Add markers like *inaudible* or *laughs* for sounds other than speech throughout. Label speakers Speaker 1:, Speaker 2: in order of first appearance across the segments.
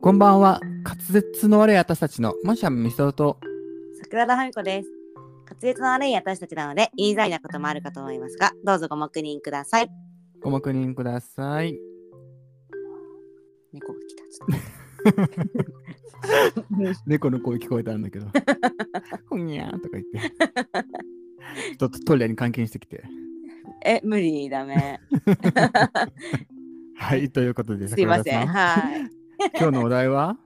Speaker 1: こんばんは。滑舌の悪い私たちのマシャミソと
Speaker 2: 桜田文子です。滑舌の悪い私たちなので言いづらいなこともあるかと思いますが、どうぞご黙認ください。
Speaker 1: ご確認ください。
Speaker 2: 猫が来た。ちょっ
Speaker 1: *laughs* 猫の声聞こえたんだけど。 *laughs* ふにゃーとか言って。 *laughs* ちょっとトイレに監禁してきて。
Speaker 2: とえ、無理だめ。
Speaker 1: はい、ということです
Speaker 2: いません。
Speaker 1: 桜田
Speaker 2: はい。
Speaker 1: さ *laughs* ん今日のお題 *laughs* は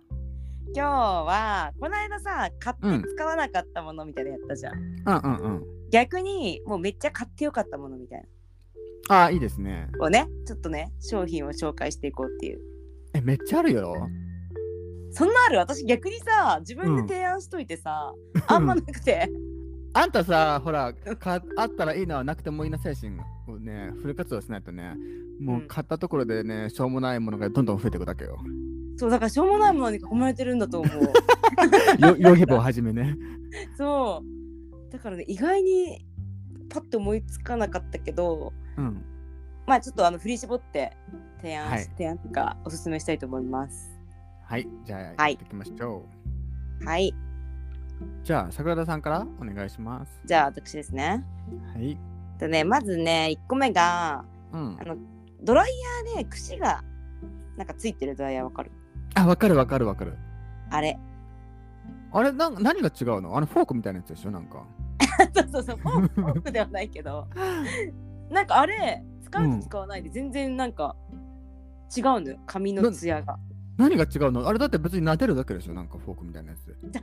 Speaker 2: 今日はこの間さ、買
Speaker 1: う
Speaker 2: っ
Speaker 1: ん
Speaker 2: て使わなかったものみたいなのやったじゃん。
Speaker 1: うんうんうん。
Speaker 2: 逆にもうめっちゃ買ってよかったものみたいな。
Speaker 1: ああ、いいですね。
Speaker 2: をね、ちょっとね、商品を紹介していこうっていう。
Speaker 1: え、めっちゃあるよ。
Speaker 2: そんなある私逆にさ、自分で提案しといてさ、あんまなくて。
Speaker 1: あんたさ、ほら、かあったらいいな、なくてもいいな精神をね、フル活動しないとね、もううん買ったところでね、しょうもないものがどんどん増えていくだけよ。
Speaker 2: そう、だからしょうもないものに囲まれてるんだと思う。
Speaker 1: よ、ヨヘボをはじめね。
Speaker 2: そうだからね意外にパッと思いつかなかったけど
Speaker 1: うん。
Speaker 2: まあちょっとあの振り絞って提案し、
Speaker 1: はい
Speaker 2: 提案とかおすすめしたいと思います
Speaker 1: はい、じゃあ、
Speaker 2: は
Speaker 1: や
Speaker 2: い
Speaker 1: っていきましょう。
Speaker 2: はい
Speaker 1: じゃあ、桜田さんからお願いします。
Speaker 2: じゃあ私ですね
Speaker 1: はい。
Speaker 2: とねまずね1個目が
Speaker 1: うん
Speaker 2: あ。のドライヤーで櫛がなんかついてるドライヤーわかる
Speaker 1: あ、わかるわかるわかる。
Speaker 2: あれ *laughs*
Speaker 1: あれ、なん何が違うのあのフォークみたいなやつでしょなんか。
Speaker 2: そうそうそうフォークフォークではないけどなんかあれ使うと使わないで全然なんか違うのよ髪のツヤが
Speaker 1: 何が違うのあれだって別に撫でるだけでしょなんかフォークみたいなやつで。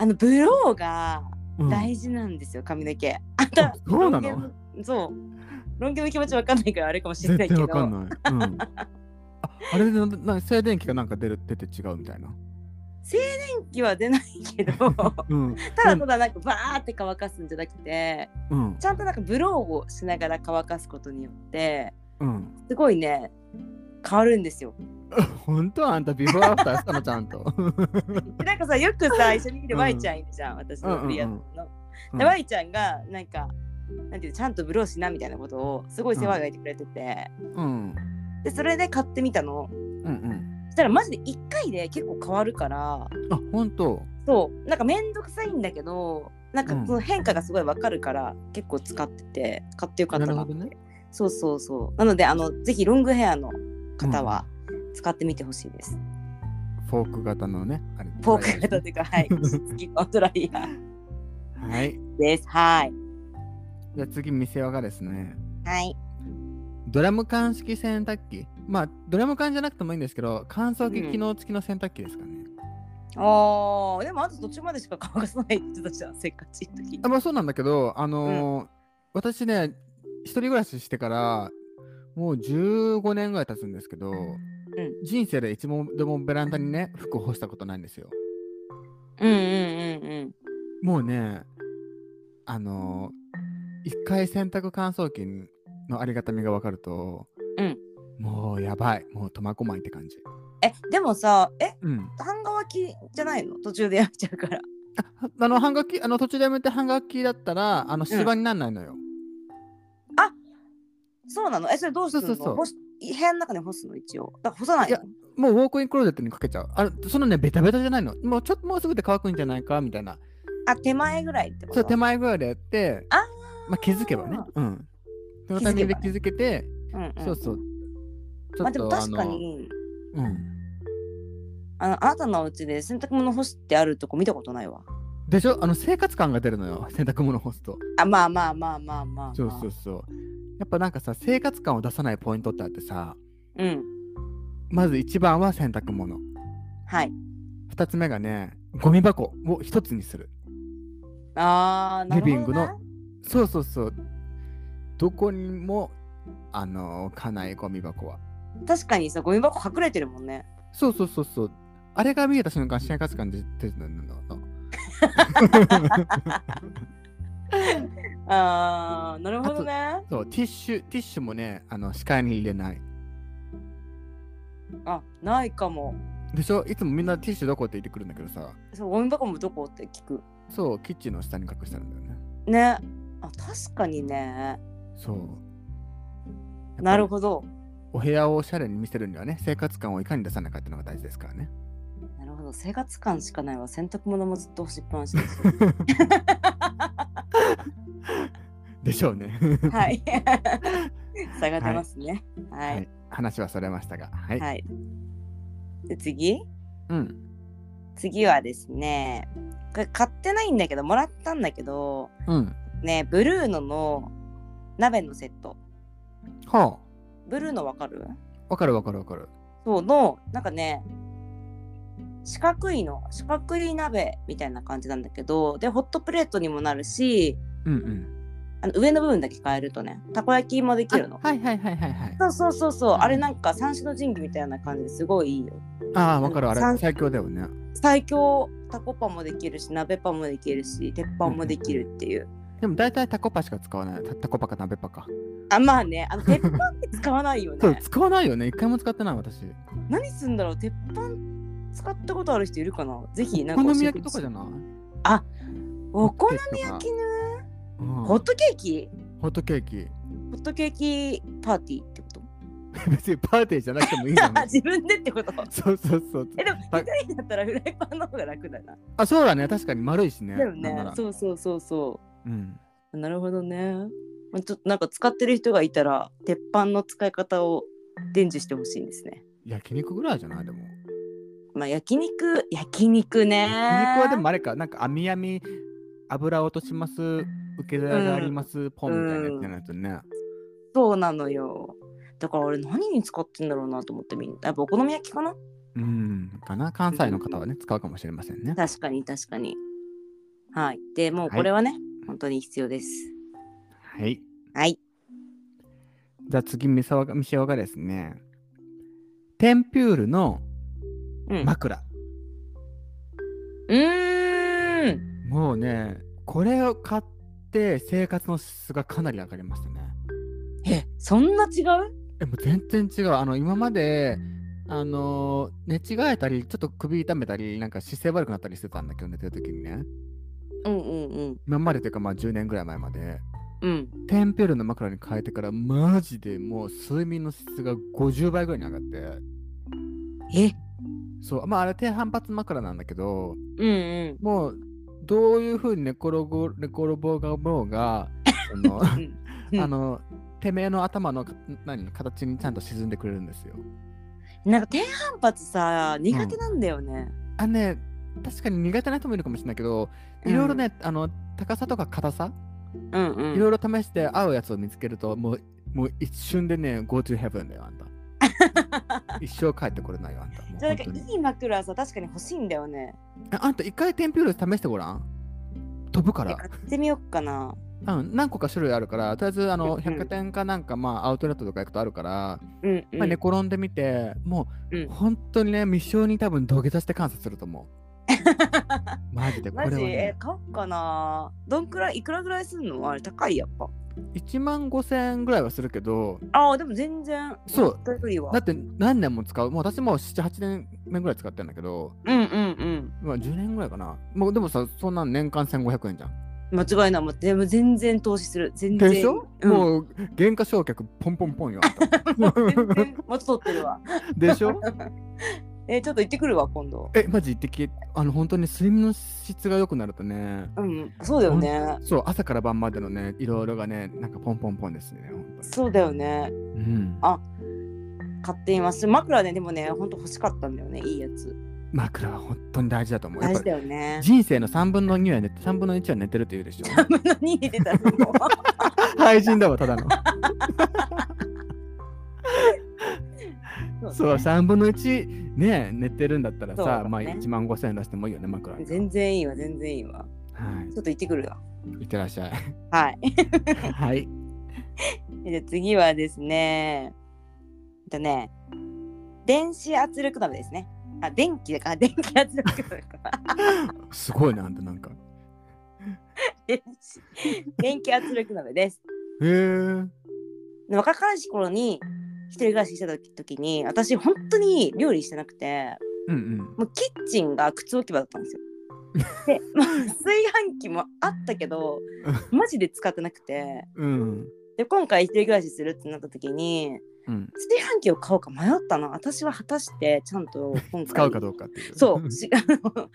Speaker 2: あのブローが
Speaker 1: うん
Speaker 2: 大事なんですよ、髪の毛。あんた
Speaker 1: あそうなの
Speaker 2: ロン毛そう。ロン毛の気持ちわかんないからあれかもしれな
Speaker 1: 絶
Speaker 2: い
Speaker 1: 対
Speaker 2: けど。
Speaker 1: わかんない。うん。
Speaker 2: *laughs*
Speaker 1: ああれでなな静電気がなんか出る出て違うみたいな。
Speaker 2: 電気は出ないけど、
Speaker 1: *laughs* うん。
Speaker 2: ただただなんかバーって乾かすんじゃなくて、
Speaker 1: うん。
Speaker 2: ちゃんとなんかブローをしながら乾かすことによって、
Speaker 1: うん。
Speaker 2: すごいね、変わるんですよ。
Speaker 1: ほんとあんたビフォーアフターしたのちゃんと。 *laughs*
Speaker 2: でなんかさ、よくさ、一緒にいる
Speaker 1: うん
Speaker 2: Y ちゃんいるじゃん、私のフリーアドの。
Speaker 1: うん
Speaker 2: で、Y ちゃんがなんか、なんていうのちゃんとブローしなみたいなことをすごい世話がいてくれてて、
Speaker 1: うん。
Speaker 2: で、それで買ってみたの。
Speaker 1: うんうん。
Speaker 2: そしたらマジで1回で結構変わるから、
Speaker 1: あ、ほんと
Speaker 2: そうなんか面倒くさいんだけどなんか
Speaker 1: うん
Speaker 2: その変化がすごいわかるから、結構使ってて買ってよかっ
Speaker 1: な
Speaker 2: た
Speaker 1: る
Speaker 2: な
Speaker 1: ほどね。
Speaker 2: そうそうそうなのであのぜひロングヘアの方は使ってみてほしいです、
Speaker 1: フォーク型のね。あれ
Speaker 2: フォーク型というかはい次のドライヤー
Speaker 1: はい。
Speaker 2: ですはい
Speaker 1: じゃあ次、店側がですね。
Speaker 2: はい
Speaker 1: ドラム缶式洗濯機。まあ、ドラム缶じゃなくてもいいんですけど、乾燥機
Speaker 2: うん
Speaker 1: 機能付きの洗濯機ですかね。
Speaker 2: おーでもあと途中までしか乾かさないって言ってたじゃんせっかちの時
Speaker 1: あまあ、そうなんだけど、あのー私ね、一人暮らししてから、もう15年ぐらい経つんですけど、人生で一問でもベランダにね、服を干したことないんですよ。
Speaker 2: うんうんうんうん
Speaker 1: もうね、あのー、一回洗濯乾燥機のありがたみが分かると、
Speaker 2: うん
Speaker 1: もうやばい、もう苫小牧って感じ。
Speaker 2: えでもさえ
Speaker 1: うん。
Speaker 2: 半乾きじゃないの途中でやめちゃうから
Speaker 1: あの半額あの途中でやめて半額期だったらあの芝にならないのよ、
Speaker 2: そうなのえそれどうする
Speaker 1: そ
Speaker 2: の
Speaker 1: うそうそう
Speaker 2: 干し部屋の中で干すの一応だから干さない
Speaker 1: いや
Speaker 2: の
Speaker 1: もうウォークインクローゼットにかけちゃうあれそのねベタベタじゃないのもうちょっともうすぐで乾くんじゃないかみたいな
Speaker 2: あ手前ぐらいってこと
Speaker 1: そう手前ぐらいでやって
Speaker 2: あー
Speaker 1: まあ、気づけばねうんその
Speaker 2: 気
Speaker 1: タイ
Speaker 2: づ
Speaker 1: ミング
Speaker 2: けば
Speaker 1: で
Speaker 2: ね
Speaker 1: 気づけて
Speaker 2: うんうん、
Speaker 1: そうそうちょっ
Speaker 2: まあでも
Speaker 1: とあ
Speaker 2: 確か
Speaker 1: の
Speaker 2: に
Speaker 1: うん
Speaker 2: あのあなたのお家で洗濯物干してあるとこ見たことないわ
Speaker 1: でしょあの生活感が出るのよ洗濯物干すと
Speaker 2: あまあまあまあまあまあ、まあ、
Speaker 1: そうそうそうやっぱなんかさ生活感を出さないポイントってあってさ
Speaker 2: うん
Speaker 1: まず一番は洗濯物
Speaker 2: はい
Speaker 1: 二つ目がねゴミ箱を一つにする
Speaker 2: あーなるほど、ね、
Speaker 1: リビングのそうそうそう。どこにも、あのー、家内ゴミ箱は。
Speaker 2: 確かにさゴミ箱隠れてるもんね
Speaker 1: そうそうそうそう。あれが見えた瞬間、生活感出てるののの。
Speaker 2: あーなるほどね
Speaker 1: そう、ティッシュ、ティッシュもね、あの視界に入れない。
Speaker 2: あないかも
Speaker 1: でしょいつもみんなティッシュどこって言ってくるんだけどさ。
Speaker 2: そうゴミ箱もどこって聞く
Speaker 1: そう、キッチンの下に隠してあるんだよね。
Speaker 2: ねあ確かにね
Speaker 1: そう。
Speaker 2: なる
Speaker 1: ど。
Speaker 2: ほど
Speaker 1: お部屋をおしゃれに見せるにはね、生活感をいかに出さないかっていうのが大事ですからね。
Speaker 2: なるほど生活感しかないわ洗濯物もずっと干しっぱなしです
Speaker 1: でしょうね。 *laughs*
Speaker 2: はい *laughs* 差が出ますねは
Speaker 1: はいい、話はそれましたが。はい。
Speaker 2: はい、で次
Speaker 1: うん。
Speaker 2: 次はですねこれ買ってないんだけどもらったんだけど
Speaker 1: うん。
Speaker 2: ねブルーノの鍋のセット
Speaker 1: は
Speaker 2: ブルーノわかる
Speaker 1: あ。わかるわかるわかる。
Speaker 2: そうのなんかね四角いの四角い鍋みたいな感じなんだけどでホットプレートにもなるし
Speaker 1: うんうん。
Speaker 2: あの上の部分だけ変えるとねたこ焼きもできるの
Speaker 1: あはいはいはいはいはい。
Speaker 2: そうそうそうそう
Speaker 1: うん
Speaker 2: あれなんか三種の神器みたいな感じですごいいいよ
Speaker 1: ああ、わかるあ
Speaker 2: さん
Speaker 1: れ。最強だよね。
Speaker 2: 最強タコパンもできるし鍋パンもできるし鉄板もできるっていう
Speaker 1: でも大体タコパしか使わない。タタコパか鍋パか。
Speaker 2: あまあね
Speaker 1: *laughs*
Speaker 2: あの鉄板って使わないよ
Speaker 1: そう、
Speaker 2: ね
Speaker 1: 使わないよね。一回も使ってない私。
Speaker 2: 何すんだろう鉄板使ったことある人いるかなぜひ
Speaker 1: お
Speaker 2: なんか
Speaker 1: 好み
Speaker 2: 教え
Speaker 1: 焼
Speaker 2: て
Speaker 1: きと
Speaker 2: ほしい
Speaker 1: かじゃない
Speaker 2: あお好み
Speaker 1: み
Speaker 2: 焼きねホッ
Speaker 1: ホ
Speaker 2: トケーキ
Speaker 1: ホットケーキ。 *laughs*
Speaker 2: ホットケーキパーティーってこと
Speaker 1: 別にパーティーじゃなくてもいいじゃん。
Speaker 2: *laughs* 自分でってこと
Speaker 1: そうそうそう。
Speaker 2: えでも
Speaker 1: は
Speaker 2: 一
Speaker 1: い
Speaker 2: 人だったらフライパンの方が楽だな。
Speaker 1: あ、そうだね。確かに丸いしね。
Speaker 2: だよ
Speaker 1: なんな
Speaker 2: ね
Speaker 1: ら。
Speaker 2: そうそうそうそ
Speaker 1: うん。
Speaker 2: う。なるほどね。まあちょっとなんか使ってる人がいたら鉄板の使い方を伝授してほしいんですね。
Speaker 1: 焼肉ぐらいじゃないでも。
Speaker 2: まあ焼肉焼肉ね。
Speaker 1: 肉はでもあれか、なんか網網、油落とします、受け皿があります、ポンみたいなやつじゃないとね。
Speaker 2: そうなのよ。だから俺何に使ってんだろうなと思ってみんなやっぱお好み焼きかな
Speaker 1: うん、かな。関西の方はね、使うかもしれませんね。
Speaker 2: 確かに確かに。はい。でもうこれはね、本当に必要です。
Speaker 1: はい。
Speaker 2: はい。
Speaker 1: じゃあ次、三沢が、三沢がですね、テンピュールの
Speaker 2: うん。
Speaker 1: 枕。
Speaker 2: うーん。
Speaker 1: もうね、これを買って生活の質がかなり上がりましたね。
Speaker 2: えそんな違う
Speaker 1: え、もう全然違う。あの、今まで、あのー寝違えたり、ちょっと首痛めたり、なんか姿勢悪くなったりしてたんだけど、寝てる時にね。
Speaker 2: うんうんうん
Speaker 1: 今までというか、まあ10年ぐらい前まで。
Speaker 2: うん。
Speaker 1: テンペルの枕に変えてからマジでもう睡眠の質が50倍ぐらいに上がって
Speaker 2: え
Speaker 1: そうまああれ低反発枕なんだけど
Speaker 2: うんうん。
Speaker 1: もうどういうふうに寝転ぼ寝転ぼうが思うがあの
Speaker 2: *laughs* うん
Speaker 1: あのてめえの頭の何形にちゃんと沈んでくれるんですよ
Speaker 2: なんか低反発さ苦手なんだよね。
Speaker 1: あのね確かに苦手な人もいるかもしれないけどいろいろね、あの高さとか硬さ
Speaker 2: うんう
Speaker 1: いろいろ試して合うやつを見つけるともうもう一瞬でね Go to heaven だよあんた
Speaker 2: *laughs*
Speaker 1: 一生帰ってこれないよあんたもう
Speaker 2: じゃあなん
Speaker 1: 本当に
Speaker 2: かいい枕はさ確かに欲しいんだよね。
Speaker 1: ああんた一回テンピュール試してごらん飛ぶか
Speaker 2: え
Speaker 1: ら
Speaker 2: 買、ってみよっかな。
Speaker 1: うん、何個か種類あるからとりあえずあ
Speaker 2: うんう
Speaker 1: の
Speaker 2: ん
Speaker 1: 百貨店かなんか、まあ、アウトレットとか行くとあるから、
Speaker 2: うんうん。
Speaker 1: まあ、寝転んでみても
Speaker 2: うん
Speaker 1: う本当にね未生に多分土下座して観察すると思
Speaker 2: *laughs*
Speaker 1: うマジでこれ
Speaker 2: マ
Speaker 1: は、
Speaker 2: ジえ
Speaker 1: ね、
Speaker 2: 買おっかな。どんくらいいくらぐらいするのあれ高いやっぱ。
Speaker 1: 1万5000円ぐらいはするけど
Speaker 2: ああでも全然。
Speaker 1: そう
Speaker 2: だよりは
Speaker 1: だ。って何年も使うもう私もう78年目ぐらい使ってるんだけど
Speaker 2: うんうん
Speaker 1: まあ10年ぐらいかな。もうでもさ、そんなん年間1500円じゃん。
Speaker 2: うん。間違いないもうでも全然投資する全然。
Speaker 1: でしょ、
Speaker 2: うん、もう
Speaker 1: もう原価償却ポンポンポン
Speaker 2: *laughs*
Speaker 1: よ。あんた
Speaker 2: 全然元取ってるわ。 *laughs*
Speaker 1: でしょ
Speaker 2: えちょっと行ってくるわ今度。
Speaker 1: え、マジ言ってきあの本当に睡眠の質が良くなるとね、
Speaker 2: うんそうだよね。
Speaker 1: そう、朝から晩までのね、いろいろがね、なんかポンポンポンですね、本当に。
Speaker 2: そうだよね。
Speaker 1: うん
Speaker 2: あ、買っています。枕ね、でもね、ほんと欲しかったんだよね、いいやつ。
Speaker 1: 枕は本当に大事だと思う。や
Speaker 2: 大
Speaker 1: っぱ
Speaker 2: 事
Speaker 1: り
Speaker 2: だよね。 *laughs*
Speaker 1: 人生の3分の2は寝て、3分の1は寝てるって言うでしょ。
Speaker 2: 分の2出て *laughs* たらもう
Speaker 1: 廃人だわ、ただの。そう、
Speaker 2: ね
Speaker 1: 3分の1ね、寝てるんだったら
Speaker 2: そうだ
Speaker 1: さ、
Speaker 2: ね
Speaker 1: まあ1万5000円出してもいいよね、枕には。
Speaker 2: 全然いいわ、全然いいわ。
Speaker 1: は
Speaker 2: ちょっと行ってくるわ。
Speaker 1: い。いってらっしゃい。
Speaker 2: はい。
Speaker 1: はい。
Speaker 2: じゃあ次はですね、えっとね、電子圧力鍋ですね。あ、電気だから、電気圧力鍋か。
Speaker 1: すごいな、あんたなんか。
Speaker 2: *laughs* 電子電気圧力鍋です。
Speaker 1: へえ。
Speaker 2: で若かりし頃に一人暮らししてた時に、私、本当に料理してなくて、
Speaker 1: うん
Speaker 2: もうキッチンが靴置き場だったんですよ。で、まあ、炊飯器もあったけどマジで使ってなくて
Speaker 1: うん。うん。
Speaker 2: で今回一人暮らしするってなった時に
Speaker 1: うん、
Speaker 2: 炊飯器を買おうか迷ったな私は果たしてちゃんと今回
Speaker 1: 使うかどうかっていう。
Speaker 2: そうし *laughs* あの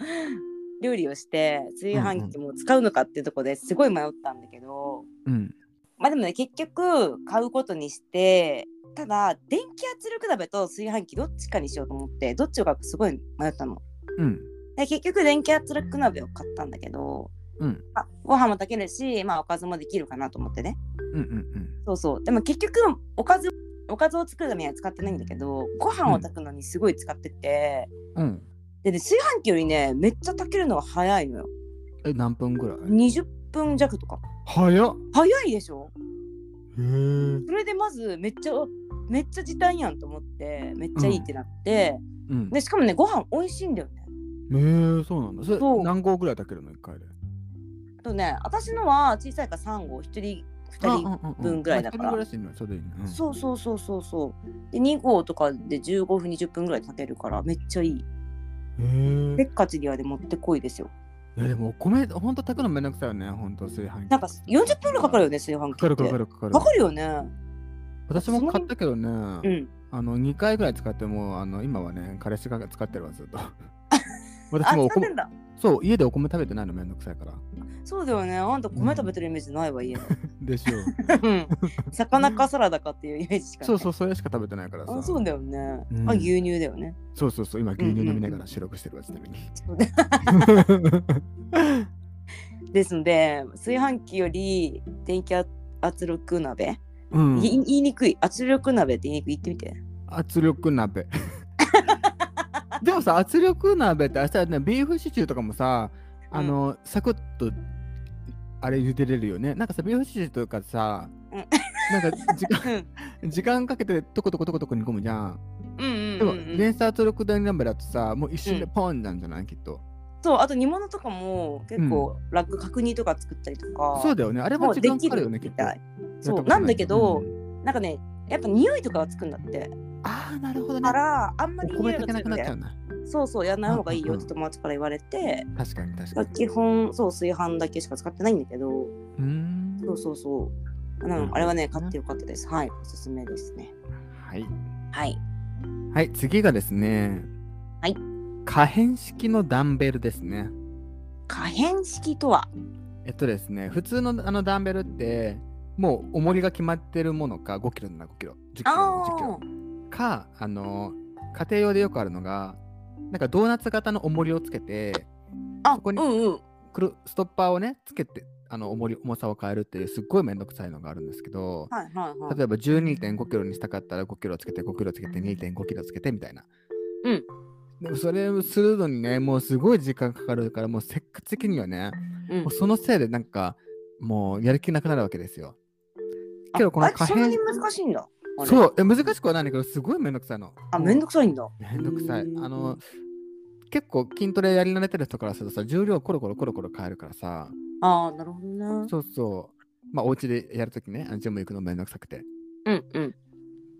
Speaker 2: 料理をして炊飯器も使うのかっていうところですごい迷ったんだけど、
Speaker 1: *laughs* うん。
Speaker 2: まあでもね結局買うことにしてただ電気圧力鍋と炊飯器どっちかにしようと思ってどっちを買うかすごい迷ったの。
Speaker 1: うん。
Speaker 2: で結局電気圧力鍋を買ったんだけど、
Speaker 1: うん
Speaker 2: あご飯も炊けるし、まあ、おかずもできるかなと思ってね
Speaker 1: うん。うん。
Speaker 2: そうそうでも結局おかずおかずを作るためには使ってないんだけどご飯を炊くのにすごい使ってて、
Speaker 1: うん。うん。
Speaker 2: でね炊飯器よりねめっちゃ炊けるのが早いのよ
Speaker 1: え、何分ぐらい
Speaker 2: 20分弱とか
Speaker 1: 早っ。
Speaker 2: 早いでしょ
Speaker 1: へえ。
Speaker 2: それでまずめっちゃめっちゃ時短やんと思ってめっちゃいいってなって、
Speaker 1: うん。
Speaker 2: でしかもねご飯美味しいんだよね。
Speaker 1: へえ、そうなんだ。それ
Speaker 2: そう
Speaker 1: 何合ぐらい炊けるの一回で。
Speaker 2: あとね私のは小さいから3合1人2人分ぐらいだから
Speaker 1: まあ一人暮らしにはちょうどいいね。うん
Speaker 2: そうそうそうそうそうで2合とかで15分20分ぐらい炊けるからめっちゃいい
Speaker 1: へ
Speaker 2: せっかちにはでもってこいですよ
Speaker 1: え。いやでもお米ほんと炊くのめんどくさいよねほんと炊飯器。
Speaker 2: なんか40分ぐらいかかるよね炊飯器っ
Speaker 1: か
Speaker 2: て
Speaker 1: かるかかるかかる。
Speaker 2: かかるよね
Speaker 1: 私も買ったけどね、
Speaker 2: うん
Speaker 1: あの2回ぐらい使ってもあの今はね彼氏が使ってるわ
Speaker 2: *laughs*
Speaker 1: ずっと。私
Speaker 2: あ
Speaker 1: もお
Speaker 2: 使って
Speaker 1: 米
Speaker 2: んだ
Speaker 1: そう家でお米食べてないのめんどくさいから。
Speaker 2: そうだよねあんた
Speaker 1: うん
Speaker 2: 米食べてるイメージないわ家の
Speaker 1: でしょ
Speaker 2: *laughs*
Speaker 1: う。
Speaker 2: うん魚かサラダかっていうイメージしかない
Speaker 1: そうそうそれしか食べてないからさ。
Speaker 2: あそうだよね、
Speaker 1: うん
Speaker 2: あ牛乳だよね
Speaker 1: そうそうそう今牛乳飲みながら収録してるわちなみ
Speaker 2: *laughs*
Speaker 1: に。
Speaker 2: そうだですので炊飯器より電気圧力鍋、
Speaker 1: うん
Speaker 2: い言いにくい圧力鍋って言いにくい言ってみて
Speaker 1: *laughs* 圧力鍋。 *laughs* でもさ圧力鍋ってあしたねビーフシチューとかもさあの、サクッとあれ茹でれるよねなんかさビーフシチューとかさ、
Speaker 2: うん
Speaker 1: なんか時間 *laughs*
Speaker 2: うん
Speaker 1: 時間かけてトコトコトコトコ煮込むじゃん
Speaker 2: うんう
Speaker 1: で
Speaker 2: んうん
Speaker 1: も、
Speaker 2: うん
Speaker 1: 電子圧力鍋だとさもう一瞬で
Speaker 2: うん
Speaker 1: ポンなんじゃない、きっと
Speaker 2: そうあと煮物とかも結構ラック角煮とか作ったりとか、
Speaker 1: そうだよねあれも
Speaker 2: もう
Speaker 1: 時
Speaker 2: で
Speaker 1: 間か
Speaker 2: き
Speaker 1: かるよ
Speaker 2: る
Speaker 1: ね
Speaker 2: み
Speaker 1: きっと
Speaker 2: たいそ
Speaker 1: やったこ
Speaker 2: う
Speaker 1: とい
Speaker 2: なんだけど、
Speaker 1: うん
Speaker 2: なんかねやっぱ匂いとかはつくんだって
Speaker 1: ああなるほどね
Speaker 2: からあんまり
Speaker 1: お
Speaker 2: 匂
Speaker 1: 米
Speaker 2: いが
Speaker 1: 炊け
Speaker 2: つ
Speaker 1: なく
Speaker 2: くん
Speaker 1: なっ
Speaker 2: だ
Speaker 1: ちゃ
Speaker 2: よ
Speaker 1: うんだ
Speaker 2: そうそうやんない方がいいよ
Speaker 1: う
Speaker 2: っ
Speaker 1: んうんうん
Speaker 2: て友達から言われて、
Speaker 1: 確かに確
Speaker 2: ま
Speaker 1: か
Speaker 2: あ
Speaker 1: に
Speaker 2: 基本そう炊飯だけしか使ってないんだけど
Speaker 1: うーん
Speaker 2: そうそうそう
Speaker 1: な
Speaker 2: な
Speaker 1: るほど
Speaker 2: の
Speaker 1: ね
Speaker 2: あれはね買ってよかったですはいおすすめですね
Speaker 1: はい
Speaker 2: はい
Speaker 1: はい、次がですね。
Speaker 2: はい。
Speaker 1: 可変式のダンベルですね。
Speaker 2: 可変式とは
Speaker 1: えっとですね、普通のあのダンベルって、もう重りが決まってるものか、5キロなら5キロ、10キロなら10キロ
Speaker 2: ー
Speaker 1: か、あの、家庭用でよくあるのが、なんかドーナツ型の重りをつけて、
Speaker 2: あ
Speaker 1: そこに
Speaker 2: うんうん
Speaker 1: クルストッパーをね、つけて、あの重り、重さを変えるっていう、すっごいめんどくさいのがあるんですけど、
Speaker 2: はいはいはい
Speaker 1: 例えば12.5キロにしたかったら5キロつけて5キロつけて2.5キロつけてみたいな。
Speaker 2: うん。
Speaker 1: でもそれをするのにね、もうすごい時間かかるから、もうせっかち的にはね、
Speaker 2: うん
Speaker 1: もうそのせいでなんか、もうやる気なくなるわけですよ。けどこの
Speaker 2: ああれ
Speaker 1: 可
Speaker 2: そんな
Speaker 1: 変
Speaker 2: に難しいんだあれ
Speaker 1: そう、え難しくはないんだけど、すごいめんどくさいの。
Speaker 2: あめんどくさいんだ
Speaker 1: めんどくさい。あ
Speaker 2: うーん
Speaker 1: の、結構筋トレやり慣れてる人からするとさ、重量コロコロコロコロ変えるからさ、
Speaker 2: ああなるほどね
Speaker 1: そうそう。まあ、お家でやるときね、あのジム行くのめんどくさくて。
Speaker 2: うんうん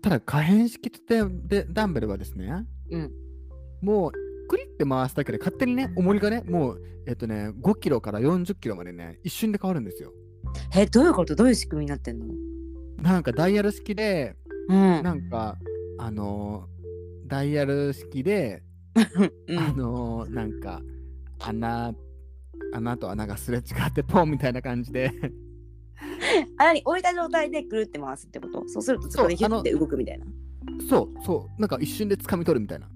Speaker 1: ただ可変式ってでダンベルはですね、
Speaker 2: うん
Speaker 1: もうクリって回すだけで勝手にね重りがねもうえっとね5キロから40キロまでね一瞬で変わるんですよ
Speaker 2: えどういうことどういう仕組みになってんの
Speaker 1: なんかダイヤル式で
Speaker 2: うん
Speaker 1: なんかあのーダイヤル式で、
Speaker 2: う
Speaker 1: あ
Speaker 2: ん
Speaker 1: のーなんか穴穴と穴がすれ違ってポンみたいな感じ
Speaker 2: *laughs*
Speaker 1: で
Speaker 2: あれに置いた状態でくるって回すってことそうするとそこでヒュッて動くみたいな
Speaker 1: そうそうなんか一瞬で掴み取るみたいな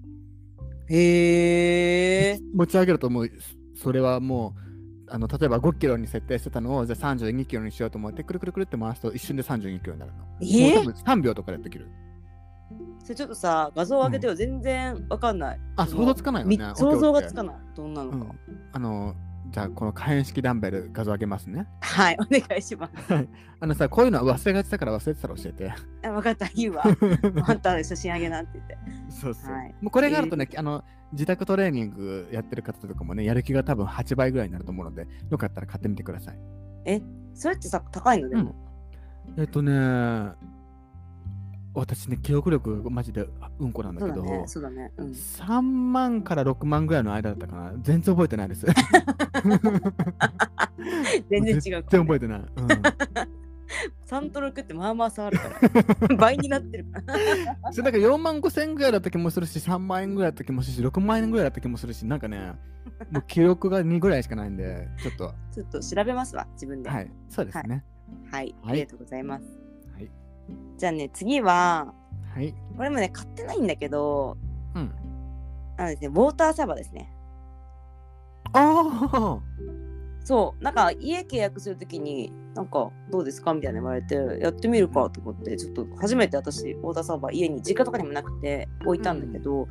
Speaker 2: へえ
Speaker 1: 持ち上げるともうそそれはもうあの例えば5キロに設定してたのをじゃあ32キロにしようと思ってくるくるくるって回すと一瞬で32キロになるの。
Speaker 2: え
Speaker 1: もう多分3秒とかでできる。
Speaker 2: それちょっとさ画像を上げてよ全然わかんない
Speaker 1: あ想像つかないよ
Speaker 2: み
Speaker 1: ね。オッケー
Speaker 2: 想像がつ
Speaker 1: オッ
Speaker 2: かないどんなの
Speaker 1: ケーう
Speaker 2: か
Speaker 1: ん、あのじゃあこの可変式ダンベル画像上げますね。
Speaker 2: はいお願いします
Speaker 1: あのさこういうのは忘れがちだから忘れてたら教えて。
Speaker 2: あ分かった言
Speaker 1: *laughs*
Speaker 2: うわあんた写真あげなって言って
Speaker 1: そうそう。
Speaker 2: はい
Speaker 1: もうこれがあるとね、あの自宅トレーニングやってる方とかもねやる気が多分8倍ぐらいになると思うのでよかったら買ってみてください。
Speaker 2: それってさ高いのでも、
Speaker 1: えっとね、私ね、記憶力マジでうんこなんだ
Speaker 2: そう
Speaker 1: け
Speaker 2: だ
Speaker 1: ど、
Speaker 2: ねそうだねうん
Speaker 1: 3万から6万ぐらいの間だったかな。全然覚えてないです。
Speaker 2: 全然違う
Speaker 1: 全然覚えてない。うん
Speaker 2: 3と6ってまあまあ差あ
Speaker 1: *laughs*
Speaker 2: るから。倍になってる *laughs* から。
Speaker 1: それなんか4万5千円ぐらいだった気もするし、3万円ぐらいだった気もするし、6万円ぐらいだった気もするし、なんかね、もう記憶が2ぐらいしかないんで、ちょっと、
Speaker 2: ちょっと調べますわ、自分で。
Speaker 1: は
Speaker 2: はい。
Speaker 1: い、そうですね。はい
Speaker 2: ありがとうございます。
Speaker 1: はい。
Speaker 2: じゃあね、次は、
Speaker 1: はい。
Speaker 2: これもね、買ってないんだけど、
Speaker 1: うん。
Speaker 2: あのですね、ウォーターサーバーですね。
Speaker 1: あ
Speaker 2: そう、なんか家契約するときに、なんかどうですかみたいな言われて、やってみるかと思って、ちょっと初めて私、ウォーターサーバー家に、実家とかにもなくて置いたんだけど、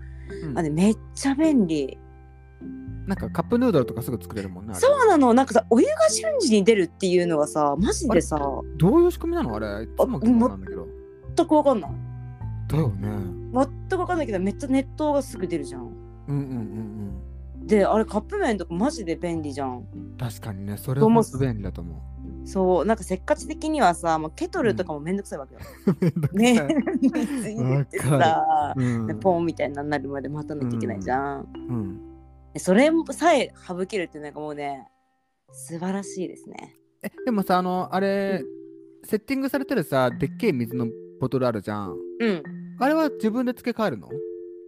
Speaker 1: あ、
Speaker 2: あね、めっちゃ便利。
Speaker 1: なんかカップヌードルとかすぐ作れるもんね。あれ
Speaker 2: そうなのなんかさお湯が瞬時に出るっていうのがさマジでさ
Speaker 1: どういう仕組みなのあれ、いつも疑問なんだけど。
Speaker 2: 全くわかんない
Speaker 1: だよね。
Speaker 2: 全くわかんないけどめっちゃ熱湯がすぐ出るじゃん
Speaker 1: うんうんうん
Speaker 2: であれカップ麺とかマジで便利じゃん
Speaker 1: うん。確かにね、それはもっと便利だと思う。
Speaker 2: そうなんかせっかち的にはさもうケトルとかもめんどくさいわけよ、
Speaker 1: めんどく
Speaker 2: *laughs* ね
Speaker 1: さい
Speaker 2: *laughs* 水入れてさ
Speaker 1: うん
Speaker 2: でポンみたいになるまで待たなきゃいけないじゃん、
Speaker 1: うん
Speaker 2: でそれさえ省けるってなんかもうね素晴らしいですね
Speaker 1: えでもさあのあれ、セッティングされてるさでっけえ水のボトルあるじゃん
Speaker 2: うん
Speaker 1: あれは自分で付け替えるの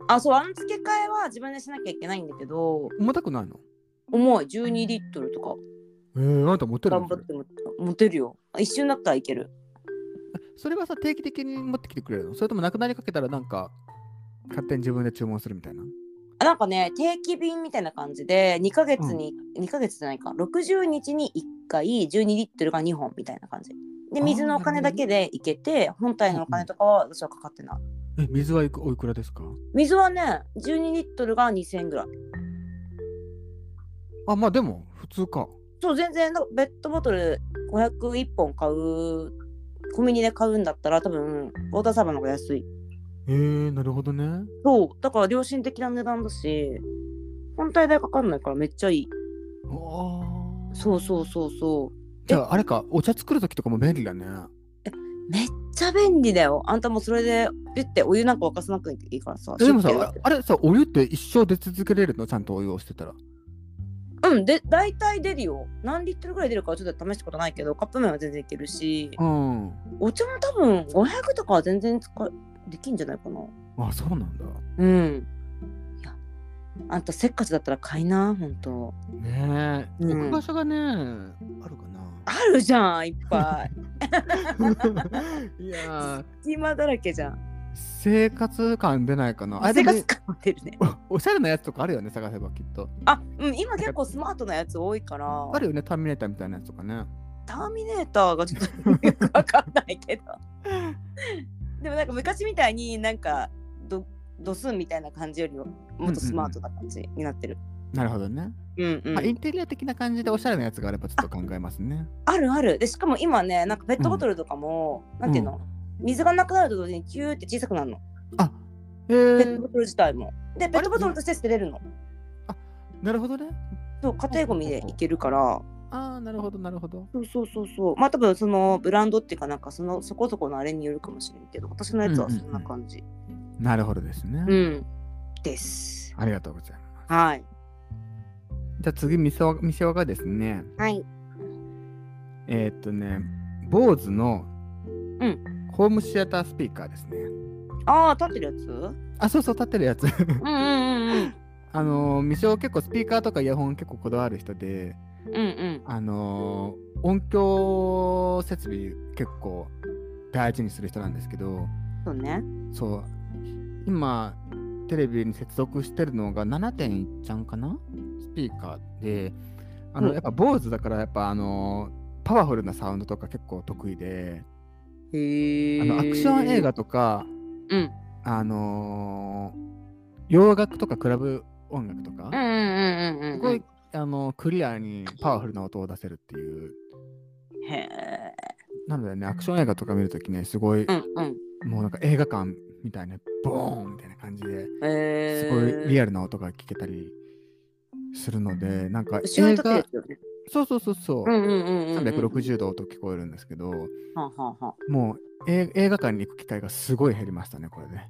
Speaker 2: あそうあの付け替えは自分でしなきゃいけないんだけど
Speaker 1: 重たくないの
Speaker 2: 重い12リットルとか
Speaker 1: えー、あんた持ってるの
Speaker 2: 頑
Speaker 1: そ
Speaker 2: 張っ
Speaker 1: れ
Speaker 2: てもモテるよ一瞬だったらいける
Speaker 1: それはさ定期的に持ってきてくれるのそれともなくなりかけたらなんか勝手に自分で注文するみたいな
Speaker 2: あなんかね定期便みたいな感じで2ヶ月に、2ヶ月じゃないか60日に1回12リットルが2本みたいな感じで
Speaker 1: あー
Speaker 2: 水のお金だけでいけて本体のお金とかは私はかかってない
Speaker 1: え水はいくおいくらですか
Speaker 2: 水はね12リットルが2000円ぐらい
Speaker 1: あまあでも普通か
Speaker 2: そう全然なんかペットボトル501本買うコンビニで買うんだったら多分ウォーターサーバーの方が安い
Speaker 1: えー、なるほどね
Speaker 2: そうだから良心的な値段だし本体代かかんないからめっちゃいい
Speaker 1: あー
Speaker 2: そうそうそうそう。
Speaker 1: じゃああれかお茶作る時とかも便利だね
Speaker 2: めっちゃ便利だよ。あんたもそれでピュッてお湯なんか沸かさなくていいからさ。
Speaker 1: えでもさ
Speaker 2: シュッ
Speaker 1: ああれさお湯って一生出続けれるのちゃんとお湯をしてたら
Speaker 2: てうん、で、大体出るよ。何リットルぐらい出るかはちょっと試したことないけど、カップ麺は全然いけるし、
Speaker 1: うん
Speaker 2: お茶も多分500とかは全然使えできんじゃないかな。
Speaker 1: あそうなんだ
Speaker 2: うん。いや、あんたせっかちだったら買いな、ほんと。
Speaker 1: ねえ、
Speaker 2: うん
Speaker 1: 置く場所がねあるか
Speaker 2: あるじゃん、いっぱ *laughs* い。 *laughs*
Speaker 1: ないやー
Speaker 2: 今だらけじゃん。生
Speaker 1: 生活感出ないかなあ
Speaker 2: 活
Speaker 1: でも
Speaker 2: 感も出るね。
Speaker 1: おしゃれなやつとかあるよね探せばきっと
Speaker 2: あ、うん、今結構スマートなやつ多いから。
Speaker 1: あるよねターミネーターみたいなやつとかね
Speaker 2: ターミネーターがちょっとよくわかんない *laughs* けどでもなんか昔みたいになんかドドスンみたいな感じよりももっとスマートな感じになってる。
Speaker 1: なるほどね、
Speaker 2: うんうん
Speaker 1: まあ、インテリア的な感じでおしゃれなやつがあればちょっと考えますね
Speaker 2: あるあるでしかも今ねなんかペットボトルとかも、なんていうの水がなくなると同時にキューって小さくなるの、
Speaker 1: あえ
Speaker 2: ペッ
Speaker 1: ー
Speaker 2: トボ、トル自体も。でペットボトルとして捨てれるの。
Speaker 1: なるほどね
Speaker 2: そう家庭ゴミでいけるから
Speaker 1: ああなるほどなるほど
Speaker 2: そうそうそうそうまあ多分そのブランドっていうかなんかそのそこそこのあれによるかもしれんけど私のやつはそんな感じ。
Speaker 1: なるほどですね、
Speaker 2: うん、です。
Speaker 1: ありがとうございます
Speaker 2: はい。
Speaker 1: じゃあ次みそみそがですね
Speaker 2: はい。
Speaker 1: えーっとね坊主の
Speaker 2: ん
Speaker 1: ホームシアタースピーカーですね、
Speaker 2: ああ、立ってるやつうん
Speaker 1: あそうそう立ってるやつ *laughs*
Speaker 2: うんうん
Speaker 1: あのー、ミショ結構スピーカーとかイヤホン結構こだわる人で
Speaker 2: うん。うん
Speaker 1: あのー音響設備結構大事にする人なんですけど
Speaker 2: うん。そうね。
Speaker 1: そう今テレビに接続してるのが7.1ちゃんかなスピーカーであの、
Speaker 2: うん
Speaker 1: やっぱ坊主だからやっぱあのーパワフルなサウンドとか結構得意であ
Speaker 2: へえ。
Speaker 1: のアクション映画。とか
Speaker 2: うん。
Speaker 1: あのー洋楽とかクラブ音楽とか、
Speaker 2: うんうんうんうん。
Speaker 1: すごい。、あのクリアにパワフルな音を出せるっていう。
Speaker 2: へえ。
Speaker 1: なのでね、アクション映画とか見るときね、すごい、
Speaker 2: うんうん。
Speaker 1: もうなんか映画館みたいな、ボーンみたいな感じで、
Speaker 2: へえ。
Speaker 1: すごいリ
Speaker 2: ア
Speaker 1: アルな音が聞けたりするので、なんか
Speaker 2: 後ろ
Speaker 1: 映
Speaker 2: に立ってる
Speaker 1: 画
Speaker 2: や、つよね。
Speaker 1: そうそうそうそうう、
Speaker 2: んうんうんうんうん。
Speaker 1: 360度音聞こえるんですけど、
Speaker 2: はんはんはん。
Speaker 1: もうえ映画館に行く機会がすごい減りましたね、これで。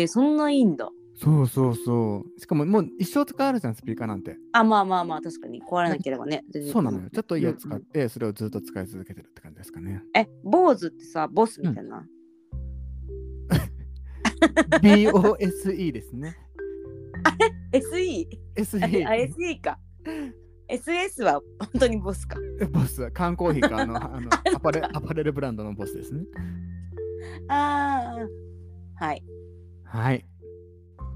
Speaker 2: えー、そんないいんだ。
Speaker 1: そうそうそう。しかももう一生使えるじゃん、スピーカーなんて。
Speaker 2: あ、まあまあまあ、確かに壊れなければね。全然
Speaker 1: そうなのよ。ちょっと家を使っ。
Speaker 2: うんうん
Speaker 1: て、それをずっと使い続けてるって感じですか *laughs* ね。
Speaker 2: え、坊主ってさ、ボスみたいな。
Speaker 1: BOSE ですね。
Speaker 2: SE? あ
Speaker 1: SE。
Speaker 2: SE か。SS は本当にボスか。
Speaker 1: ボスは缶コーヒーかあの
Speaker 2: *laughs*
Speaker 1: あのアパレアパレルブランドのボスですね。
Speaker 2: ああ。はい。
Speaker 1: はい。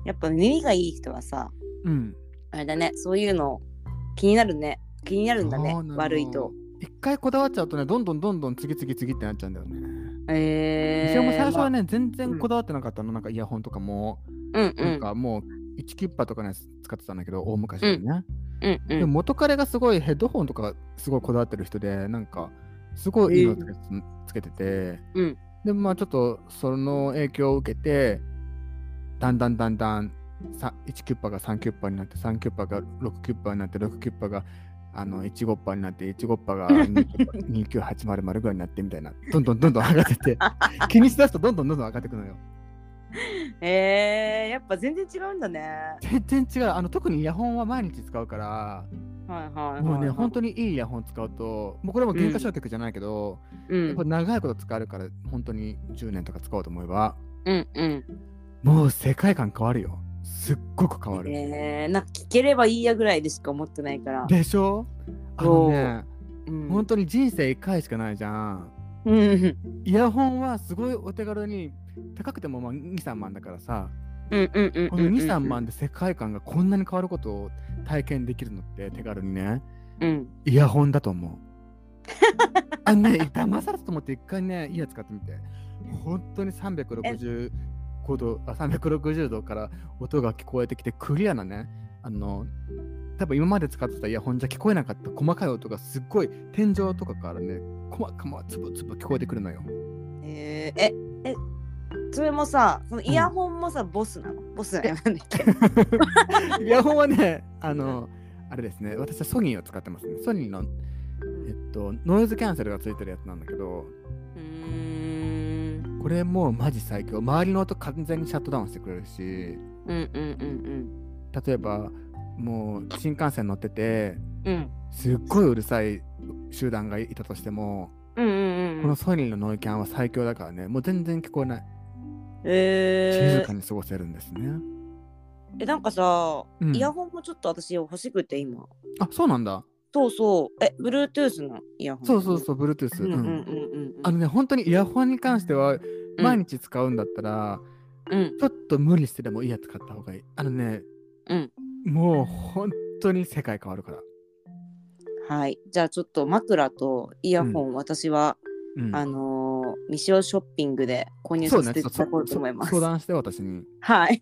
Speaker 2: やっぱ耳がいい人はさ、
Speaker 1: うん。
Speaker 2: あれだね、そういうの気になるね。気になるんだね
Speaker 1: そうな、の
Speaker 2: 悪いと。。
Speaker 1: 一回こだわっちゃうとね、どんどんどんどん次々次ってなっちゃうんだよね。
Speaker 2: えー。
Speaker 1: それも最初は
Speaker 2: ね、
Speaker 1: ね、全然こだわってなかったの、なんかイヤホンとかも、
Speaker 2: うんう
Speaker 1: なん
Speaker 2: ん。
Speaker 1: かもう1キュッパとかのやつ使ってたんだけど、大昔にね。
Speaker 2: うんう
Speaker 1: でも
Speaker 2: ん。
Speaker 1: 元彼がすごいヘッドホンとかすごいこだわってる人で、なんかすごいいいのつけ,、つけてて、
Speaker 2: うん
Speaker 1: で、まあちょっとその影響を受けて、だんだんだんだんさ1キュッパが3キュッパになって、3キュッパが6キュッパになって、6キュッパがあの1ゴッパになって、1ゴッパが29800ぐらいになってみたいな、どんどんどんどん上がって
Speaker 2: *laughs*
Speaker 1: って、気にしだすとどんどんどんどん上がってくのよ。
Speaker 2: えー、やっぱ全然違うんだね。は
Speaker 1: 全然違う。あの特にイヤホンは毎日使うから、
Speaker 2: いはいはい。
Speaker 1: もうね、本
Speaker 2: に。
Speaker 1: 当にいいイヤホン使うと、もうこれも原価償却じゃないけど、
Speaker 2: う
Speaker 1: やっ
Speaker 2: ん
Speaker 1: ぱ長いこと使えるから、本当に10年とか使おうと思えば、
Speaker 2: うんうん。
Speaker 1: もう世界観変わるよ。すっごく変わる。
Speaker 2: えー、なんか聞ければいいやぐらいでしか思ってないから。
Speaker 1: でしょあのね、
Speaker 2: うん
Speaker 1: 本当に人生1回しかないじゃん。
Speaker 2: うん
Speaker 1: イヤホンはすごいお手軽に、高くてもまあ2、3万だからさ、
Speaker 2: うんうんうん。
Speaker 1: この2、3万で世界観がこんなに変わることを体験できるのって手軽にね、
Speaker 2: うん。
Speaker 1: イヤホンだと思う。あのね、騙されたと思って一回ね、いいやつ買ってみて。本当に365度、あ、360度から音が聞こえてきて、クリアなね、あの、多分今まで使ってたイヤホンじゃ聞こえなかった細かい音がすっごい天井とかからね、細かまつぶつぶ聞こえてくるのよ。
Speaker 2: えー、え、え、それもさ、そのイヤホンもさ、ボスなのボスなのなんだっけ
Speaker 1: イヤホンはね、あの、あれですね、私はソニーを使ってますね。ソニーの、えっと、ノイズキャンセルがついてるやつなんだけど、
Speaker 2: うーん。
Speaker 1: これもうマジ最強。周りの音完全にシャットダウンしてくれるし、
Speaker 2: うんうんうん
Speaker 1: 例えばもう新幹線乗ってて
Speaker 2: うん。うん。
Speaker 1: すっごいうるさい集団がいたとしても、
Speaker 2: うんうんうん。
Speaker 1: このソニーのノイキャンは最強だからねもう全然聞こえない静
Speaker 2: え
Speaker 1: か
Speaker 2: ー、
Speaker 1: に過ごせるんですね、
Speaker 2: え、なんかさ、
Speaker 1: うん
Speaker 2: イヤホンもちょっと私欲しくて今。
Speaker 1: あそうなんだ
Speaker 2: そうそう。え、Bluetooth のイヤホン。
Speaker 1: そうそう
Speaker 2: う。
Speaker 1: そう Bluetooth、
Speaker 2: うんう
Speaker 1: う
Speaker 2: んうん
Speaker 1: ん
Speaker 2: うん。
Speaker 1: あのね本当にイヤホンに関しては毎日使うんだったら、
Speaker 2: うん
Speaker 1: ちょっと無理してでもいいやつ買った方がいいあのね、
Speaker 2: うん
Speaker 1: もう本当に世界変わるから、
Speaker 2: はい。じゃあちょっと枕とイヤホン、私は、
Speaker 1: うん
Speaker 2: あのー、ミシオショッピングで購入
Speaker 1: そ
Speaker 2: さ
Speaker 1: うね
Speaker 2: せていただこうと思います。
Speaker 1: 相談して私に
Speaker 2: はい。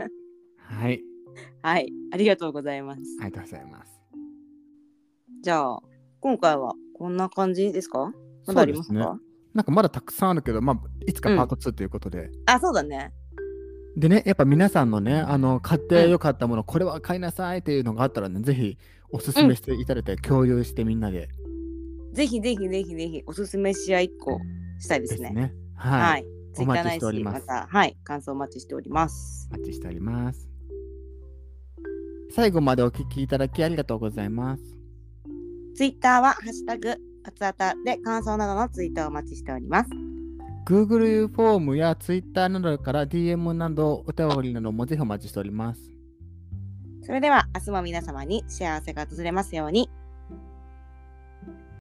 Speaker 2: *laughs*
Speaker 1: はい
Speaker 2: はい。ありがとうございます。
Speaker 1: ありがとうございます
Speaker 2: じゃあ、今回はこんな感じですかまだありますか
Speaker 1: そうでねなんかまだたくさんあるけど、まあ、いつかパート2ということで。
Speaker 2: あ、そうだね。
Speaker 1: でね、やっぱ皆さんのね、あの、買ってよかったもの、これは買いなさいっていうのがあったらね、ぜひおすすめしていただいて、共有してみんなで
Speaker 2: ぜひぜひぜひぜひ、おすすめ試合1個したいで
Speaker 1: ですすね。
Speaker 2: ね。
Speaker 1: はい、
Speaker 2: はい。
Speaker 1: お待ちしております
Speaker 2: Twitter ないしまた、はい。感想お待ちしております。
Speaker 1: お待ちしております。最後までお聞きいただきありがとうございます。
Speaker 2: Twitter は、ハッシュタグ、パツアタで感想などのツイートをお待ちしております。
Speaker 1: Google フォームや Twitter などから DM などお便りなどもぜひお待ちしております。
Speaker 2: それでは、明日も皆様に幸せが訪れますように。